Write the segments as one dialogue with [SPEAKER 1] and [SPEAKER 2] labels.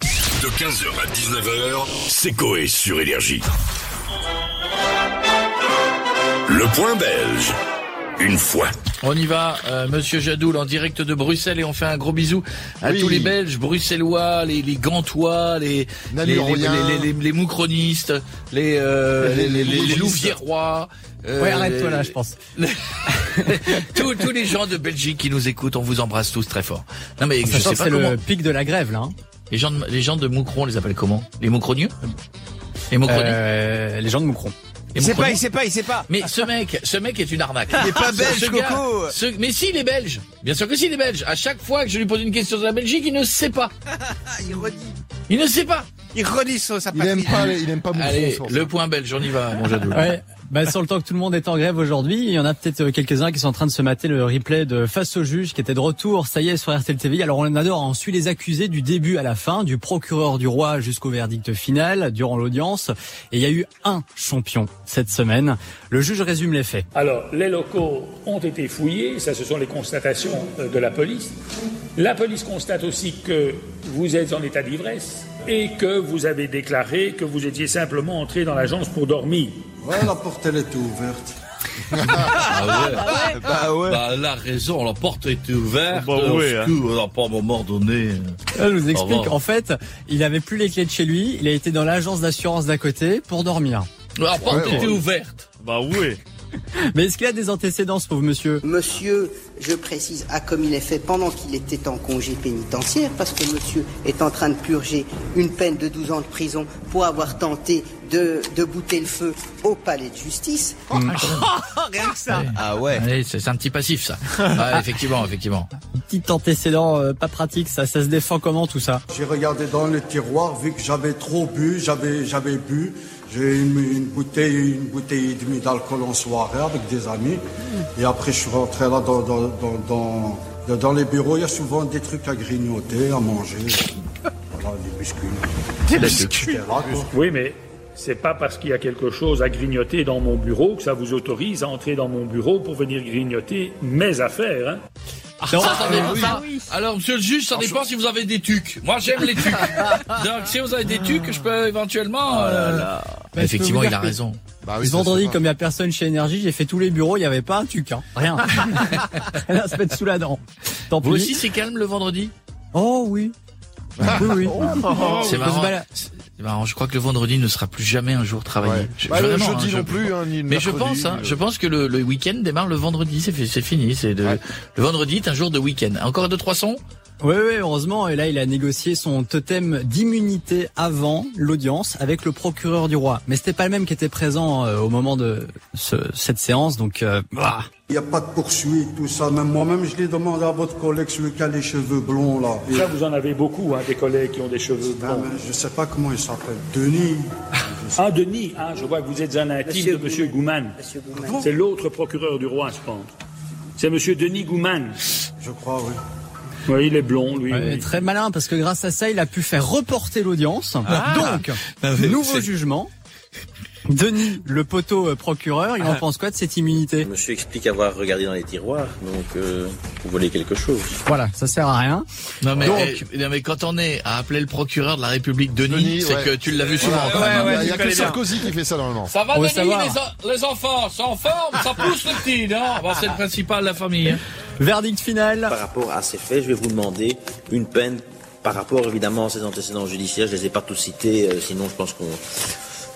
[SPEAKER 1] De 15h à 19h, c'est Coé sur Énergie. Le point belge. Une fois.
[SPEAKER 2] On y va, euh, Monsieur Jadoul, en direct de Bruxelles, et on fait un gros bisou à
[SPEAKER 3] Oui.
[SPEAKER 2] tous les Belges, bruxellois, les, les gantois, les les, les, les,
[SPEAKER 3] Namuriens.
[SPEAKER 2] les- les- les moucronistes, les, euh, les,
[SPEAKER 3] Les- les
[SPEAKER 2] les, les
[SPEAKER 3] moucronistes.
[SPEAKER 2] louvierois. euh,
[SPEAKER 4] Ouais, arrête-toi
[SPEAKER 2] les-
[SPEAKER 4] là, je pense.
[SPEAKER 2] tous, tous les gens de Belgique qui nous écoutent, on vous embrasse tous très fort. Non mais je
[SPEAKER 4] Sachant
[SPEAKER 2] sais
[SPEAKER 4] que
[SPEAKER 2] pas
[SPEAKER 4] c'est
[SPEAKER 2] comment.
[SPEAKER 4] le pic de la grève, là. hein.
[SPEAKER 2] Les gens, de, les gens de Moucron, on les appelle comment Les Moucronieux Les Moucronieux
[SPEAKER 4] Euh, les gens de Moucron.
[SPEAKER 2] Les
[SPEAKER 5] Il sait
[SPEAKER 2] Moucronieux
[SPEAKER 5] pas, il sait pas, il sait pas.
[SPEAKER 2] Mais ce mec, ce mec est une arnaque. Ah, Il
[SPEAKER 5] est pas belge, Coco.
[SPEAKER 2] Mais si, il est belge. Bien sûr que si, il est belge. À chaque fois que je lui pose une question sur la Belgique, il ne sait pas.
[SPEAKER 5] Ah, Il redit.
[SPEAKER 2] Il ne sait pas.
[SPEAKER 5] Il redit sur sa
[SPEAKER 3] Il aime
[SPEAKER 5] patrie.
[SPEAKER 3] pas, les- il aime pas Moucron.
[SPEAKER 2] Allez,
[SPEAKER 3] je pense.
[SPEAKER 2] le point belge, on y va, mon Jadou.
[SPEAKER 4] Ouais. Bah, sur le temps que tout le monde est en grève aujourd'hui, il y en a peut-être euh, quelques-uns qui sont en train de se mater le replay de Face au juge qui était de retour, ça y est, sur RTL TV. Alors on adore, on suit les accusés du début à la fin, du procureur du roi jusqu'au verdict final, durant l'audience. Et il y a eu un champion cette semaine. Le juge résume les faits.
[SPEAKER 6] Alors, les locaux ont été fouillés, ça ce sont les constatations euh, de la police. La police constate aussi que vous êtes en état d'ivresse et que vous avez déclaré que vous étiez simplement entré dans l'agence pour dormir.
[SPEAKER 7] Ouais, la porte, elle était ouverte.
[SPEAKER 5] Bah ouais.
[SPEAKER 2] Bah, la raison, la porte était ouverte.
[SPEAKER 8] Bah ouais,
[SPEAKER 2] on se coud, on n'a pas à un moment donné. euh,
[SPEAKER 4] Là, je vous
[SPEAKER 2] Au
[SPEAKER 4] Ah, explique.
[SPEAKER 2] revoir.
[SPEAKER 4] En fait, il avait plus les clés de chez lui. Il a été dans l'agence d'assurance d'à côté pour dormir.
[SPEAKER 2] La porte
[SPEAKER 3] ouais.
[SPEAKER 2] était ouverte.
[SPEAKER 8] Bah ouais.
[SPEAKER 4] Mais est-ce qu'il a des antécédents, ce pauvre monsieur
[SPEAKER 9] Monsieur, je précise, a commis les faits pendant qu'il était en congé pénitentiaire, parce que monsieur est en train de purger une peine de 12 ans de prison pour avoir tenté de, de bouter le feu au palais de justice.
[SPEAKER 5] Ah ouais.
[SPEAKER 2] Allez, c'est c'est un petit passif, ça. Ouais, effectivement, effectivement.
[SPEAKER 4] Petit antécédent euh, pas pratique, ça, ça se défend comment tout ça
[SPEAKER 7] J'ai regardé dans le tiroir, vu que j'avais trop bu, j'avais, j'avais bu. J'ai une, une bouteille, une bouteille et demie d'alcool en soirée avec des amis. Et après, je suis rentré là dans, dans, dans, dans, dans- dans les bureaux. Il y a souvent des trucs à grignoter, à manger. Voilà, des biscuits. Des biscuits.
[SPEAKER 6] Oui, mais c'est pas parce qu'il y a quelque chose à grignoter dans mon bureau que ça vous autorise à entrer dans mon bureau pour venir grignoter mes affaires. hein.
[SPEAKER 4] Non,
[SPEAKER 2] Ça, ça dépend, ça. Alors, monsieur le juge, ça dépend si vous avez des tucs. Moi, j'aime les tucs. Donc, si vous avez des tucs, je peux éventuellement... euh,
[SPEAKER 4] Bah, je
[SPEAKER 2] Effectivement,
[SPEAKER 4] peux vous
[SPEAKER 2] il a
[SPEAKER 4] dire que-
[SPEAKER 2] raison. Ah
[SPEAKER 3] Bah oui,
[SPEAKER 4] Ce
[SPEAKER 3] ça,
[SPEAKER 4] vendredi,
[SPEAKER 3] c'est pas-
[SPEAKER 4] comme il n'y a personne chez Énergie, j'ai fait tous les bureaux, il n'y avait pas un tuc, hein. rien. Là, se mettre sous la dent. Tant
[SPEAKER 2] Vous
[SPEAKER 4] pis.
[SPEAKER 2] aussi, c'est calme le vendredi
[SPEAKER 4] Oh oui. Oui, oui.
[SPEAKER 2] Oh. C'est
[SPEAKER 4] On se
[SPEAKER 2] marrant.
[SPEAKER 4] balade.
[SPEAKER 2] C'est marrant. Eh ben, Je crois que le vendredi ne sera plus jamais un jour travaillé.
[SPEAKER 3] Ouais.
[SPEAKER 2] Je-
[SPEAKER 3] Bah, le
[SPEAKER 2] vraiment, hein,
[SPEAKER 3] jeudi
[SPEAKER 2] je-
[SPEAKER 3] non plus, hein, ni le
[SPEAKER 2] Mais je
[SPEAKER 3] mercredi,
[SPEAKER 2] pense, hein,
[SPEAKER 3] ni le-
[SPEAKER 2] je pense que le, le week-end démarre le vendredi. C'est, fi- c'est fini. C'est de- le vendredi est un jour de week-end. Encore deux trois sons.
[SPEAKER 4] Oui, oui, heureusement. Et là, il a négocié son totem d'immunité avant l'audience avec le procureur du roi. Mais c'était pas le même qui était présent euh, au moment de ce- cette séance, donc euh, bah,
[SPEAKER 7] Il n'y a pas de poursuite, tout ça. Même moi-même, je l'ai demandé à votre collègue, celui qui a les cheveux blonds, là. Et-
[SPEAKER 6] Ça, vous en avez beaucoup, hein, des collègues qui ont des cheveux
[SPEAKER 7] Ah,
[SPEAKER 6] blonds.
[SPEAKER 7] mais je sais pas comment il s'appelle. Denis.
[SPEAKER 6] Ah, Denis, hein, je vois que vous êtes un intime
[SPEAKER 9] Monsieur
[SPEAKER 6] de Monsieur
[SPEAKER 9] Gouman.
[SPEAKER 6] Gouman.
[SPEAKER 9] Monsieur Gouman.
[SPEAKER 6] C'est l'autre procureur du roi, je pense. C'est Monsieur Denis Gouman.
[SPEAKER 7] Je crois, oui.
[SPEAKER 6] Oui, il est blond, lui.
[SPEAKER 4] ouais,
[SPEAKER 6] oui.
[SPEAKER 4] très malin parce que grâce à ça, il a pu faire reporter l'audience. donc, nouveau jugement. Denis, le poteau euh, procureur, il en pense quoi de cette immunité
[SPEAKER 10] Monsieur explique avoir regardé dans les tiroirs, donc euh, vous volez quelque chose.
[SPEAKER 4] Voilà, ça sert à rien.
[SPEAKER 2] Non mais,
[SPEAKER 4] Donc-
[SPEAKER 2] eh, non, mais quand on est à appeler le procureur de la République Denis,
[SPEAKER 3] Denis,
[SPEAKER 2] c'est
[SPEAKER 3] ouais.
[SPEAKER 2] que tu l'as vu souvent.
[SPEAKER 3] Voilà,
[SPEAKER 2] quand même, hein.
[SPEAKER 3] Ah, Il y a que Sarkozy qui fait ça normalement.
[SPEAKER 2] Ça va
[SPEAKER 4] On veut
[SPEAKER 2] Denis,
[SPEAKER 4] savoir.
[SPEAKER 2] les, en- les enfants sont en forme, ça pousse le petit, non Bah, C'est le principal de la famille. hein.
[SPEAKER 4] Verdict final.
[SPEAKER 10] Par rapport à ces faits, je vais vous demander une peine par rapport évidemment à ces antécédents judiciaires. Je les ai pas tous cités, euh, sinon je pense qu'on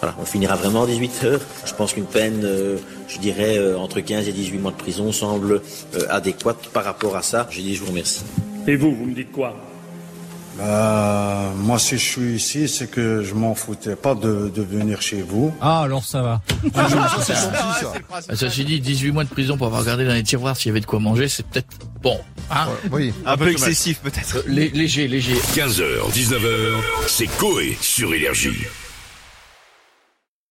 [SPEAKER 10] voilà, on finira vraiment à 18 heures. Je pense qu'une peine, euh, je dirais euh, entre 15 et 18 mois de prison semble euh, adéquate par rapport à ça. Je dis je vous remercie.
[SPEAKER 6] Et vous, vous me dites quoi
[SPEAKER 7] Euh, moi, si je suis ici, c'est que je m'en foutais pas de, de venir chez vous.
[SPEAKER 4] Ah, alors ça va.
[SPEAKER 2] Ah, Ceci dit, 18 mois de prison pour avoir regardé dans les tiroirs s'il y avait de quoi manger, c'est peut-être bon. Hein
[SPEAKER 3] Oui.
[SPEAKER 5] Un peu excessif peut-être.
[SPEAKER 2] Lé- léger, léger.
[SPEAKER 1] 15h, 19h, c'est Coé sur Énergie.